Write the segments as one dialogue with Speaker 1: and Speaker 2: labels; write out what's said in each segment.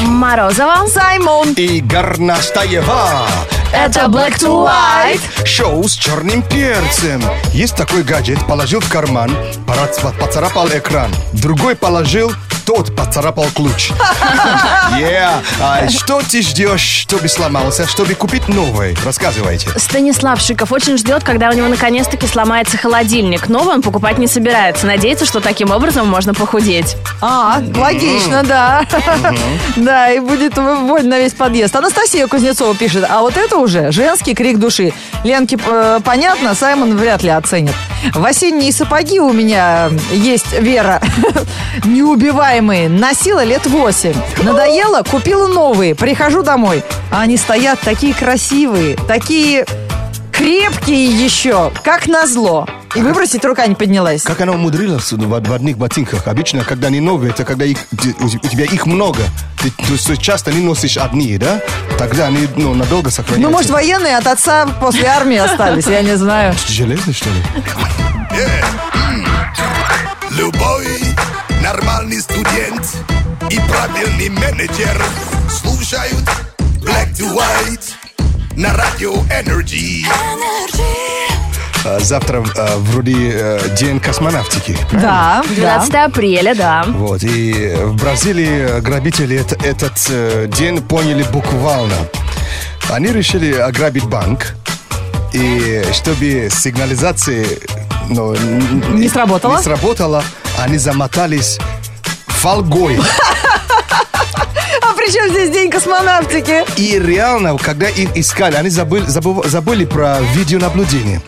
Speaker 1: Морозова.
Speaker 2: Саймон.
Speaker 3: И Горнастаева.
Speaker 1: Это Black to White.
Speaker 3: Шоу с черным перцем. Есть такой гаджет, положил в карман, пора- поцарапал экран. Другой положил, тот поцарапал ключ. Yeah. А что ты ждешь, чтобы сломался, чтобы купить новый? Рассказывайте.
Speaker 1: Станислав Шиков очень ждет, когда у него наконец-таки сломается холодильник. Новый он покупать не собирается. Надеется, что таким образом можно похудеть.
Speaker 2: А, логично, да. Да, и будет боль на весь подъезд. Анастасия Кузнецова пишет, а вот это уже женский крик души. Ленке э, понятно, Саймон вряд ли оценит. В осенние сапоги у меня есть Вера. Неубиваемые. Носила лет восемь. Надоело, купила новые. Прихожу домой. А они стоят такие красивые, такие крепкие еще, как назло. И выбросить рука не поднялась.
Speaker 3: Как она умудрилась в, в одних ботинках? Обычно, когда они новые, это когда их, ты- у у тебя их много. Ты, то есть часто не носишь одни, да? Тогда они ну, надолго сохраняются.
Speaker 2: Ну, может, военные от отца после армии остались, я не знаю.
Speaker 3: Железный, что ли?
Speaker 4: Mm. Любой нормальный студент и правильный менеджер слушают Black to White на радио Energy.
Speaker 3: А, Завтра а, вроде э, день космонавтики.
Speaker 2: Да, да.
Speaker 1: 12 апреля, да.
Speaker 3: Вот, и в Бразилии грабители эт- этот э, день поняли буквально. Они решили ограбить банк, и чтобы сигнализация ну, н- н-
Speaker 2: Не сработала?
Speaker 3: не сработала, они замотались фольгой.
Speaker 2: А при чем здесь день космонавтики?
Speaker 3: И реально, когда их искали, они забыли, забыв- забыли про видеонаблюдение.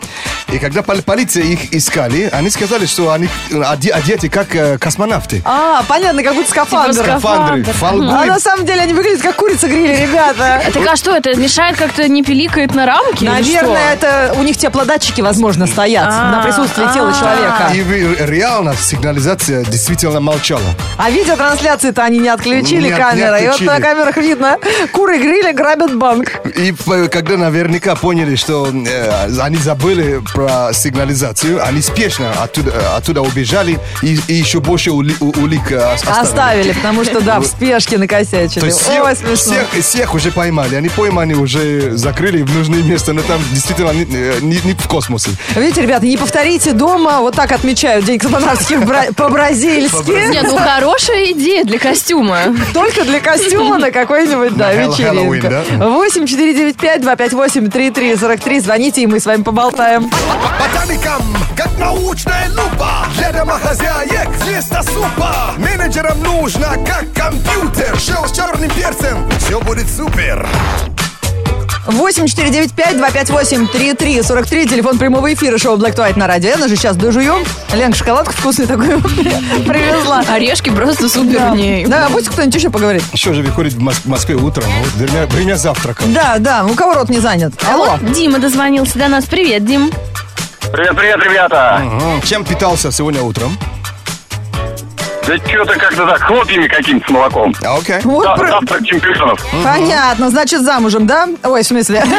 Speaker 3: И когда поли- полиция их искали, они сказали, что они э, оде- одеты как э, космонавты.
Speaker 2: А, понятно, как будто
Speaker 1: Типа
Speaker 2: скафандр.
Speaker 1: скаф-
Speaker 3: Фандры,
Speaker 1: Фандер.
Speaker 2: А
Speaker 3: фольгой.
Speaker 2: на самом деле они выглядят как курица гриль, ребята.
Speaker 1: Так а что, это мешает как-то не пиликает на рамке? или что?
Speaker 2: Наверное, это у них теплодатчики, возможно, стоят
Speaker 1: А,
Speaker 2: на присутствии тела
Speaker 1: а.
Speaker 2: человека.
Speaker 3: И вы- реально сигнализация действительно молчала.
Speaker 2: А видеотрансляции-то они не отключили
Speaker 3: Не от- не
Speaker 2: камеры. И вот
Speaker 3: отключили.
Speaker 2: на камерах видно, куры грили грабят банк.
Speaker 3: И п- когда наверняка поняли, что э, они забыли про сигнализацию, они спешно оттуда, э, оттуда убежали и, и еще больше ули- у- улик э, ос- оставили. Ну,
Speaker 2: Оставили, потому что, да, в спешке
Speaker 3: То
Speaker 2: накосячили.
Speaker 3: есть всех,
Speaker 2: Ой, смешно.
Speaker 3: всех- всех уже поймали. Они пойманы уже закрыли в нужные места, но там действительно не, э, не- не в космосе.
Speaker 2: Видите, ребята, не повторите дома. Вот так отмечают День космонавтских бра- по-бразильски.
Speaker 1: Нет, ну хорошая идея для костюма.
Speaker 2: Только для костюма на какой-нибудь, да,
Speaker 3: На Хэлл- Хэллоуин,
Speaker 2: вечеринка.
Speaker 3: да?
Speaker 2: 8 495 258 3343. Звоните, и мы с вами поболтаем.
Speaker 4: По Ботаникам, как научная лупа Для домохозяек вместо супа Менеджерам нужно, как компьютер Шел с черным перцем, все будет супер
Speaker 2: 8 495 258 3343. Телефон прямого эфира шоу Black to White на радио. Энерджи сейчас дожуем. Ленка шоколадку вкусную такую привезла.
Speaker 1: Орешки просто супер в ней.
Speaker 2: Да, пусть кто-нибудь еще поговорит.
Speaker 3: Еще же выходит в Мос- Москве утром, вот, время, время завтрака.
Speaker 2: Да, да, у кого рот не занят.
Speaker 1: А
Speaker 2: Алло.
Speaker 1: вот Дима дозвонился до нас. Привет, Дим.
Speaker 5: Привет, привет, ребята.
Speaker 3: Ага. Чем питался сегодня утром?
Speaker 5: Да что-то как-то так, хлопьями каким-то с молоком.
Speaker 3: А, Окей.
Speaker 2: Вот
Speaker 5: Да,
Speaker 2: Ну, про-
Speaker 5: Завтрак чемпионов.
Speaker 2: Понятно, значит, замужем, да? Ой, в смысле?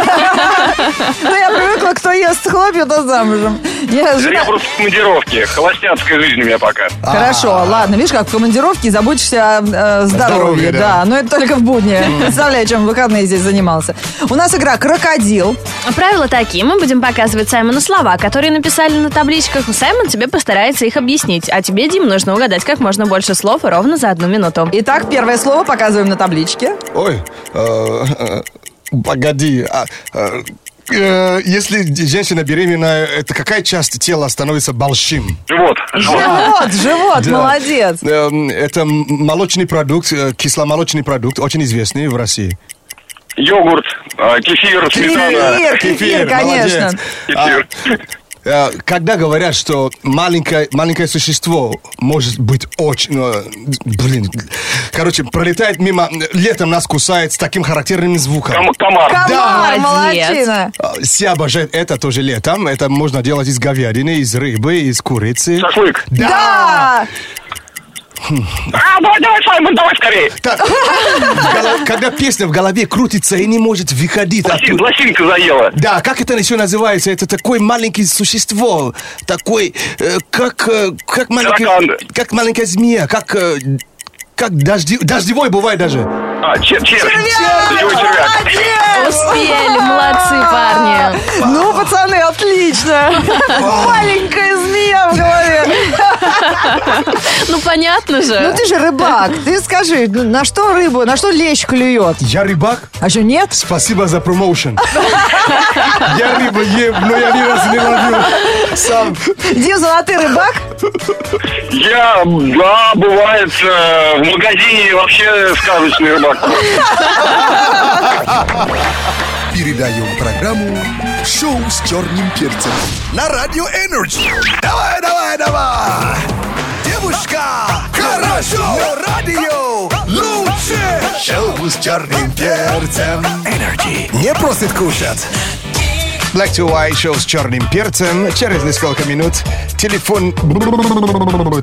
Speaker 2: Ну, я привыкла, кто ест хлопья, то замужем. Я жена-
Speaker 5: Я просто в командировке. Холостяцкая жизнь у меня пока.
Speaker 3: А.
Speaker 2: Хорошо, ладно, видишь, как в командировке заботишься о э, здоровье,
Speaker 3: Здоровье,
Speaker 2: да.
Speaker 3: да.
Speaker 2: но это только в будни. Представляю, чем в выходные здесь занимался. У нас игра «Крокодил».
Speaker 1: Правила такие. Мы будем показывать Саймону слова, которые написали на табличках. Саймон тебе постарается их объяснить. А тебе, Дим, нужно угадать как можно больше слов ровно за одну минуту.
Speaker 2: Итак, первое слово показываем на табличке.
Speaker 3: Ой, э, э, погоди. а, э, э, Если д- женщина беременная, это какая часть тела становится большим?
Speaker 5: Живот. живот.
Speaker 2: Живот, живот,
Speaker 3: Да.
Speaker 2: молодец.
Speaker 3: Эм, Это м- молочный продукт, э, кисломолочный продукт, очень известный в России.
Speaker 5: Йогурт, э, кефир, сметана.
Speaker 2: Кефир, кефир, конечно.
Speaker 3: молодец.
Speaker 5: Кефир.
Speaker 3: Э, Когда говорят, что маленькое, маленькое существо может быть очень... э, Блин. Короче, пролетает мимо, э, летом нас кусает с таким характерным звуком.
Speaker 5: Ком- комар.
Speaker 2: Комар,
Speaker 1: Молодец.
Speaker 2: молодчина.
Speaker 3: А, Все обожают это тоже летом. Это можно делать из говядины, из рыбы, из курицы.
Speaker 5: Шашлык.
Speaker 2: Да!
Speaker 5: А, давай, давай, Саймон, давай скорее.
Speaker 3: Так, голо- когда песня в голове крутится и не может выходить
Speaker 5: Лосин-
Speaker 3: оттуда.
Speaker 5: Лосинка заела.
Speaker 3: Да, как это еще называется? Это такое маленькое существо, такой, э, как, э, как, маленький,
Speaker 5: Таракан.
Speaker 3: как маленькая змея, как, э, как дожди- дождевой бывает даже.
Speaker 5: А, чер- червь. Сетевой червяк.
Speaker 2: Молодец!
Speaker 1: Успели, молодцы парни.
Speaker 2: Ну, пацаны, отлично. Маленькая змея в голове.
Speaker 1: Ну, понятно
Speaker 2: Ну
Speaker 1: же.
Speaker 2: ты же рыбак. Ты скажи, на что рыбу, на что лещ клюет?
Speaker 3: Я рыбак?
Speaker 2: А что, нет?
Speaker 3: Спасибо за промоушен. Я рыбу ем, но я ни разу не ловил. Сам.
Speaker 2: Где золотый рыбак?
Speaker 5: Я, да, бывает, э, в магазине вообще сказочный рыбак.
Speaker 4: Передаем программу «Шоу с черным перцем» на Радио Энерджи. Давай, давай, давай! Девушка, хорошо, но радио лучше. Шоу с черным перцем. Энерджи. Не просит кушать.
Speaker 3: Black to White шоу с черным перцем. Через несколько минут телефон...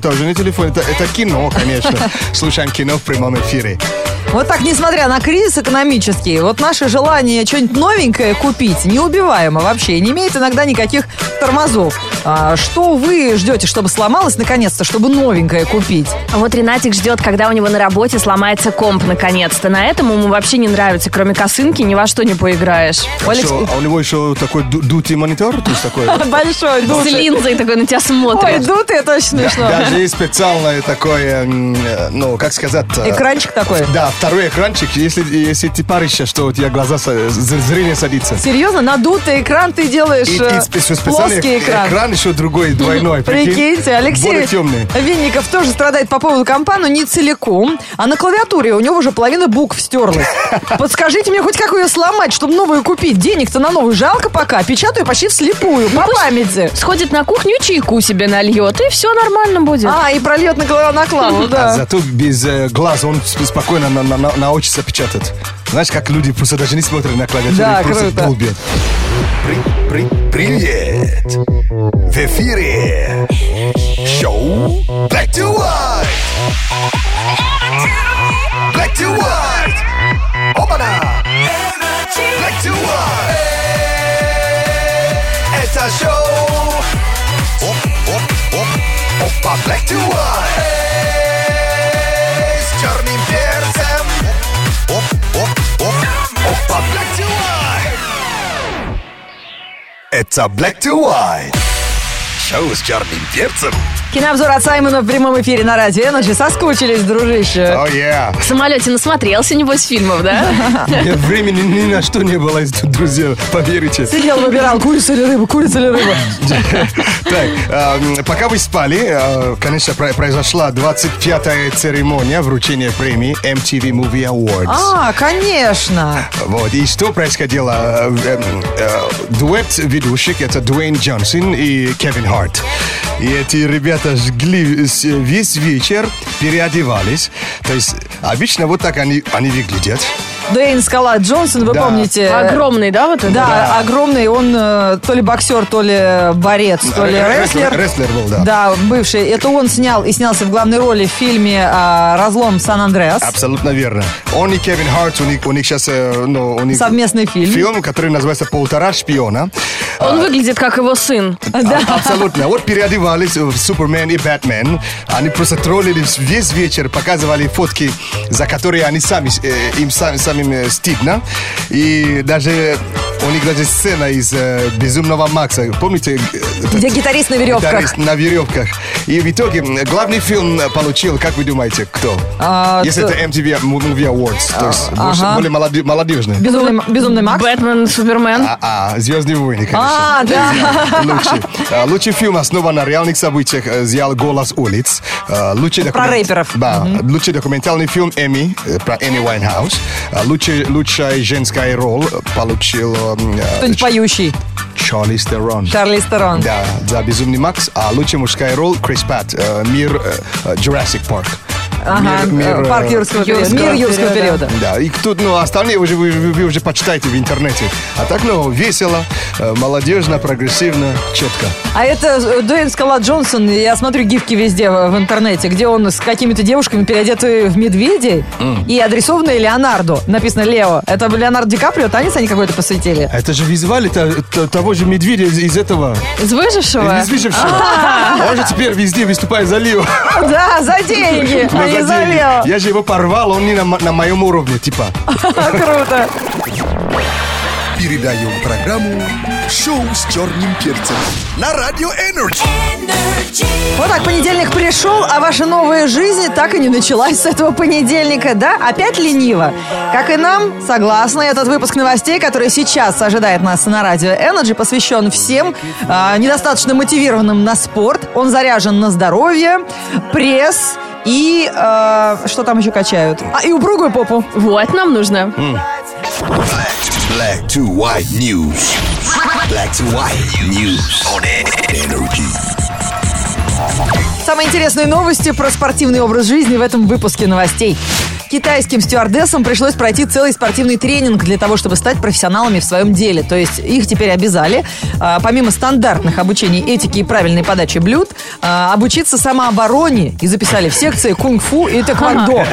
Speaker 3: Тоже не телефон, это, это кино, конечно. Слушаем кино в прямом эфире.
Speaker 2: Вот так, несмотря на кризис экономический, вот наше желание что-нибудь новенькое купить, неубиваемо вообще, и не имеет иногда никаких тормозов. А что вы ждете, чтобы сломалось наконец-то, чтобы новенькое купить?
Speaker 1: А Вот Ренатик ждет, когда у него на работе сломается комп наконец-то. На этом ему вообще не нравится. Кроме косынки ни во что не поиграешь.
Speaker 2: Олекс-
Speaker 3: Что, а у него еще такой ду- дутый монитор, то есть такой...
Speaker 2: Большой
Speaker 1: С
Speaker 2: дутый.
Speaker 1: линзой такой на тебя
Speaker 2: Ой,
Speaker 1: смотрит.
Speaker 2: дутый, это очень смешно.
Speaker 3: Даже есть специальное такое, м, э, ну, как сказать... э,
Speaker 2: Экранчик такой.
Speaker 3: Да, второй экранчик, если, если ты паришься, что у тебя глаза, со- з- зрение садится.
Speaker 2: Серьезно, надутый экран ты делаешь
Speaker 3: И, и
Speaker 2: э,
Speaker 3: спе- еще специальный
Speaker 2: плоский экран.
Speaker 3: экран еще другой, двойной. прикинь.
Speaker 2: Прикиньте, Алексей Э,
Speaker 3: Более темный.
Speaker 2: Винников тоже страдает по поводу компа, но не целиком. А на клавиатуре у него уже половина букв стерлась. Подскажите мне хоть как ее сломать, чтобы новую купить. Денег-то на новую жалко пока. Печатаю почти вслепую, по памяти.
Speaker 1: Сходит на кухню, чайку себе нальет, и все нормально будет.
Speaker 2: А, и прольет на голову на клаву,
Speaker 3: А
Speaker 2: да.
Speaker 3: Зато без э, глаз он сп- спокойно на, на- на- научится печатать. Знаешь, как люди просто даже не смотрят на клавиатуру,
Speaker 2: Да,
Speaker 3: просто
Speaker 2: круто.
Speaker 3: долбят.
Speaker 4: При- при- привет! В эфире шоу Black to White! Black to White! Опана! Black to White! Это шоу! Оп, оп, оп, опа, Black to White! С черным перцем! Оп, оп, оп, опа, Black to White! Это Black to White. Шоу с черным перцем.
Speaker 2: Кинообзор от Саймона в прямом эфире на радио Energy. Соскучились, дружище.
Speaker 3: О, yeah.
Speaker 1: В самолете насмотрелся, небось, фильмов, да?
Speaker 3: Мне Времени ни на что не было, из- друзья, поверите.
Speaker 2: Сидел, выбирал, курица или рыба, курица или рыба.
Speaker 3: Так, эм, пока вы спали, э, конечно, про- произошла 25-я церемония вручения премии MTV Movie Awards.
Speaker 2: А, конечно.
Speaker 3: Вот, и что происходило? Э, эм, э, Дуэт ведущих, это Дуэйн Джонсон и Кевин Харт. И эти ребята жгли с- весь вечер, переодевались. То есть обычно вот так они, они выглядят.
Speaker 2: Дуэйн Скала Джонсон, вы
Speaker 3: Да.
Speaker 2: помните?
Speaker 1: Огромный, да, вот это?
Speaker 2: Да, огромный, он э, то ли боксер, то ли э, борец, то ли
Speaker 3: Ре-
Speaker 2: рестлер.
Speaker 3: Рестлер был, да.
Speaker 2: Да, бывший. Это он снял и снялся в главной роли в фильме а, «Разлом Сан-Андреас».
Speaker 3: Абсолютно верно. Он и Кевин Харт, у них, у них сейчас ну, у них
Speaker 2: Совместный фильм.
Speaker 3: Фильм, который называется «Полтора шпиона».
Speaker 1: Он выглядит как его сын.
Speaker 2: Да.
Speaker 3: А- Абсолютно. Вот переодевались в Супермен и Бэтмен. Они просто троллили весь вечер, показывали фотки, за которые они сами, э, им сам- самим э, стыдно. И даже у них даже сцена из э, «Безумного Макса». Помните? э, этот
Speaker 2: Где гитарист на веревках.
Speaker 3: гитарист на веревках. И в итоге м, главный фильм э, получил, как вы думаете, кто?
Speaker 2: А,
Speaker 3: Если
Speaker 2: то-
Speaker 3: это MTV Movie Awards, то есть больше-
Speaker 2: ага.
Speaker 3: более молоде- молодежный.
Speaker 2: Безумный, безумный Макс.
Speaker 1: Бэтмен, Супермен.
Speaker 3: А, а, Звездные войны, конечно.
Speaker 2: А, да.
Speaker 3: Лучший. А, Лучший фильм основан на реальных событиях э, «Взял голос улиц». А, Лучший
Speaker 2: Про рэперов.
Speaker 3: Да. Лучший документальный фильм «Эми» э, про Эми Уайнхаус. А, лучший- Лучшая женская роль получил м, э,
Speaker 2: Кто-нибудь поющий.
Speaker 3: Чарли Стерон.
Speaker 2: Шарли Стерон.
Speaker 3: Да, за «Безумный Макс». А лучшая мужская роль Крис Патт. э, Мир Джурасик Парк.
Speaker 2: Ага, э, парк юрского периода.
Speaker 1: юрского
Speaker 2: Мир юрского
Speaker 1: периода.
Speaker 2: периода.
Speaker 3: Да, и тут, ну, остальные уже, вы, вы- вы уже почитаете в интернете. А так, ну, весело, э, молодежно, прогрессивно, четко.
Speaker 2: А это э, Дуэйн Скала Джонсон, я смотрю гифки везде в в интернете, где он с какими-то девушками переодеты в медведей и адресованные Леонарду. Написано Лео. Это Леонардо Ди Каприо, танец они какой-то посвятили.
Speaker 3: А Это же вызывали того же медведя из, этого,
Speaker 1: Из выжившего?
Speaker 3: Он же теперь везде выступает за Лио.
Speaker 2: Да, за деньги. а
Speaker 3: Мы
Speaker 2: не завела.
Speaker 3: Я же его порвал, он не на, м- на моем уровне, типа.
Speaker 2: Круто.
Speaker 4: Передаем программу «Шоу с черным перцем» на Радио Энерджи.
Speaker 2: Вот так понедельник пришел, а ваша новая жизнь так и не началась с этого понедельника, да? Опять лениво? Как и нам, согласно, этот выпуск новостей, который сейчас ожидает нас на радио Energy, посвящен всем а, недостаточно мотивированным на спорт. Он заряжен на здоровье, пресс и... а, что там еще качают? А, и упругую попу.
Speaker 1: Вот нам нужно.
Speaker 4: Black to white news. Black to white news on Energy.
Speaker 2: Самые интересные новости про спортивный образ жизни в этом выпуске новостей. Китайским стюардессам пришлось пройти целый спортивный тренинг для того, чтобы стать профессионалами в своем деле. То есть их теперь обязали, а, помимо стандартных обучений этики и правильной подачи блюд, а, обучиться самообороне. И записали в секции кунг-фу и тэквондо.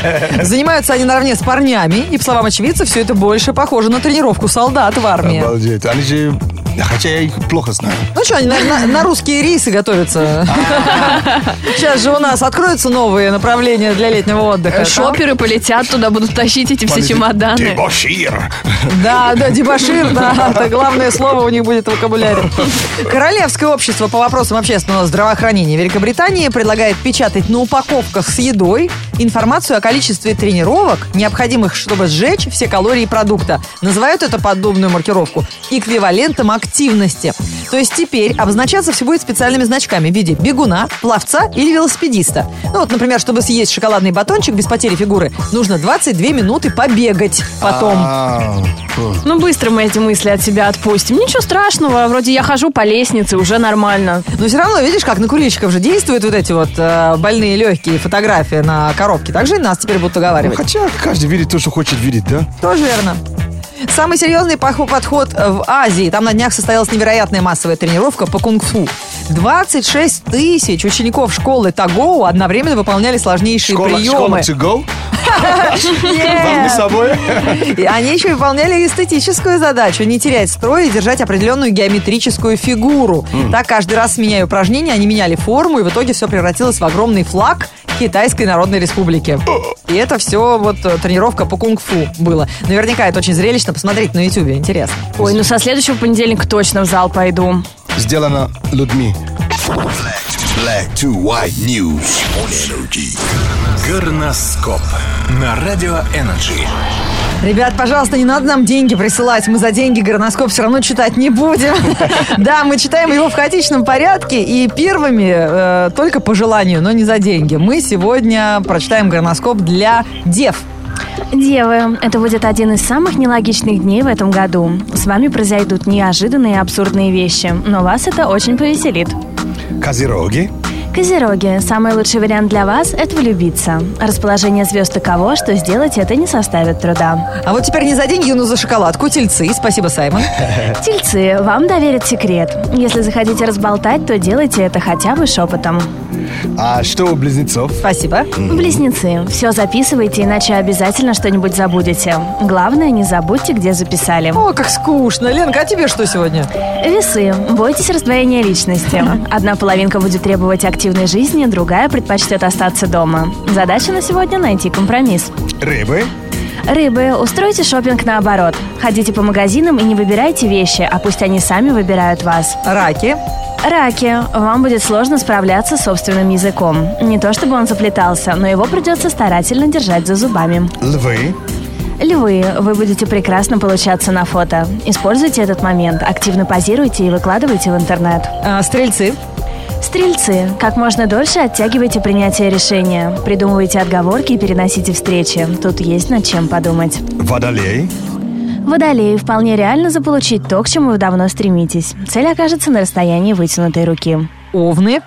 Speaker 2: Занимаются они наравне с парнями. И, по словам очевидцев, все это больше похоже на тренировку солдат в армии.
Speaker 3: Обалдеть. Они же... Хотя я их плохо знаю.
Speaker 2: Ну что, они на, на- на русские рейсы готовятся. Сейчас же у нас откроются новые направления для летнего отдыха.
Speaker 1: Шоперы полетят туда, будут тащить эти все чемоданы.
Speaker 3: Дебошир.
Speaker 2: Да, да, дебошир, да. Это главное слово у них будет в вокабуляре. Королевское общество по вопросам общественного здравоохранения Великобритании предлагает печатать на упаковках с едой информацию о количестве тренировок, необходимых, чтобы сжечь все калории продукта. Называют это подобную маркировку эквивалентом активности. То есть теперь обозначаться все будет специальными значками в виде бегуна, пловца или велосипедиста. Ну вот, например, чтобы съесть шоколадный батончик без потери фигуры, нужно 22 минуты побегать потом.
Speaker 3: А, фу.
Speaker 1: Ну, быстро мы эти мысли от себя отпустим. Ничего страшного, вроде я хожу по лестнице, уже нормально.
Speaker 2: Но все равно, видишь, как на курильщиков же действуют вот эти вот э, больные легкие фотографии на коробке. Так же и нас теперь будут уговаривать.
Speaker 3: Хотя каждый видит то, что хочет видеть, да?
Speaker 2: Тоже верно. Самый серьезный пох- подход э, в Азии. Там на днях состоялась невероятная массовая тренировка по кунг-фу. 26 тысяч учеников школы Тагоу одновременно выполняли сложнейшие
Speaker 3: Школа, школа
Speaker 2: приемы.
Speaker 3: to go. Сам
Speaker 2: Нет.
Speaker 3: с собой.
Speaker 2: И они еще и выполняли эстетическую задачу – не терять строй и держать определенную геометрическую фигуру. Так каждый раз, меняя упражнения, они меняли форму, и в итоге все превратилось в огромный флаг Китайской Народной Республики. И это все вот э, тренировка по кунг-фу было. Наверняка это очень зрелищно посмотреть на Ютубе, интересно.
Speaker 1: Ой, ну со следующего понедельника точно в зал пойду.
Speaker 3: Сделано людьми.
Speaker 4: Black to white news on Energy.
Speaker 6: Горноскоп на Радио Энерджи.
Speaker 2: Ребят, пожалуйста, не надо нам деньги присылать. Мы за деньги горноскоп все равно читать не будем. Да, мы читаем его в хаотичном порядке и первыми э, только по желанию, но не за деньги. Мы сегодня прочитаем горноскоп для дев.
Speaker 1: Девы, это будет один из самых нелогичных дней в этом году. С вами произойдут неожиданные и абсурдные вещи, но вас это очень повеселит.
Speaker 3: Козероги.
Speaker 1: Козероги, самый лучший вариант для вас – это влюбиться. Расположение звезд таково, что сделать это не составит труда.
Speaker 2: А вот теперь не за деньги, но за шоколадку. Тельцы. Спасибо, Саймон.
Speaker 1: Тельцы, вам доверят секрет. Если захотите разболтать, то делайте это хотя бы шепотом.
Speaker 3: А что у близнецов?
Speaker 2: Спасибо.
Speaker 1: Близнецы, все записывайте, иначе обязательно что-нибудь забудете. Главное, не забудьте, где записали.
Speaker 2: О, как скучно. Ленка, а тебе что сегодня?
Speaker 1: Весы. Бойтесь раздвоения личности. Одна половинка будет требовать активной жизни, другая предпочтет остаться дома. Задача на сегодня – найти компромисс.
Speaker 3: Рыбы.
Speaker 1: Рыбы, устройте шопинг наоборот. Ходите по магазинам и не выбирайте вещи, а пусть они сами выбирают вас.
Speaker 2: Раки.
Speaker 1: Раки. Вам будет сложно справляться с собственным языком. Не то чтобы он заплетался, но его придется старательно держать за зубами.
Speaker 3: Львы.
Speaker 1: Львы, вы будете прекрасно получаться на фото. Используйте этот момент, активно позируйте и выкладывайте в интернет.
Speaker 2: А, стрельцы.
Speaker 1: Стрельцы, как можно дольше оттягивайте принятие решения. Придумывайте отговорки и переносите встречи. Тут есть над чем подумать.
Speaker 3: Водолей.
Speaker 1: Водолеи, вполне реально заполучить то, к чему вы давно стремитесь. Цель окажется на расстоянии вытянутой руки.
Speaker 2: Овны.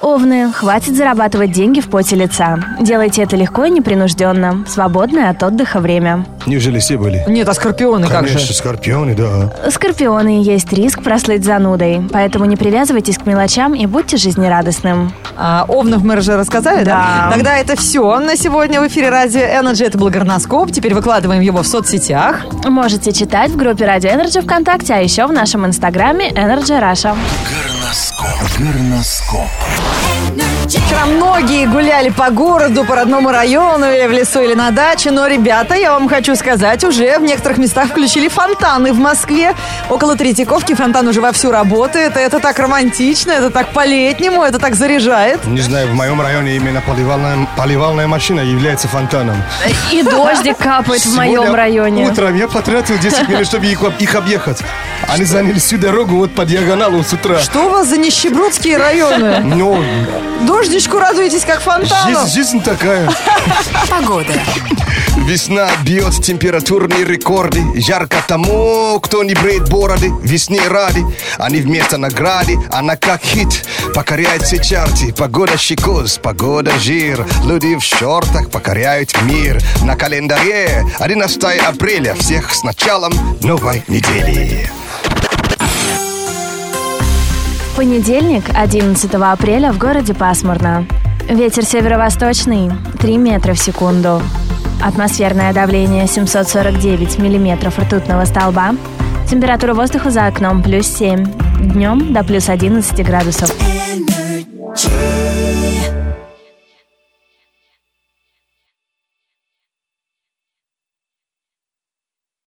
Speaker 1: Овны, хватит зарабатывать деньги в поте лица. Делайте это легко и непринужденно. Свободное от отдыха время.
Speaker 3: Неужели все были?
Speaker 2: Нет, а скорпионы как
Speaker 3: Конечно,
Speaker 2: же?
Speaker 3: скорпионы, да.
Speaker 1: Скорпионы, есть риск прослыть занудой. Поэтому не привязывайтесь к мелочам и будьте жизнерадостным.
Speaker 2: А, овнов мы уже рассказали, да?
Speaker 1: Да.
Speaker 2: Тогда это все на сегодня в эфире Радио Energy. Это был Горноскоп. Теперь выкладываем его в соцсетях.
Speaker 1: Можете читать в группе Радио Energy ВКонтакте, а еще в нашем инстаграме Energy Раша.
Speaker 6: Горноскоп. Горноскоп.
Speaker 2: Вчера многие гуляли по городу, по родному району или в лесу, или на даче. Но, ребята, я вам хочу сказать, уже в некоторых местах включили фонтаны в Москве. Около Третьяковки фонтан уже вовсю работает. И это так романтично, это так по-летнему, это так заряжает.
Speaker 3: Не знаю, в моем районе именно поливальная, поливальная машина является фонтаном.
Speaker 1: И дождик капает в моем
Speaker 3: Сегодня
Speaker 1: районе.
Speaker 3: Утром я потратил 10 минут, чтобы их, об- их объехать. Они заняли всю дорогу вот по диагоналу с утра.
Speaker 2: Что у вас за нищебродские районы?
Speaker 3: Ну,
Speaker 2: Дождичку радуетесь, как фонтану.
Speaker 3: жизнь, жизнь такая.
Speaker 7: Погода.
Speaker 3: Весна бьет температурные рекорды. Жарко тому, кто не бреет бороды. Весне рады, они вместо награды. Она как хит покоряет все чарты. Погода щекос, погода жир. Люди в шортах покоряют мир. На календаре 11 апреля. Всех с началом новой недели.
Speaker 1: Понедельник, 11 апреля, в городе пасмурно. Ветер северо-восточный 3 метра в секунду. Атмосферное давление 749 миллиметров ртутного столба. Температура воздуха за окном плюс 7. Днем до плюс 11 градусов.
Speaker 7: Energy.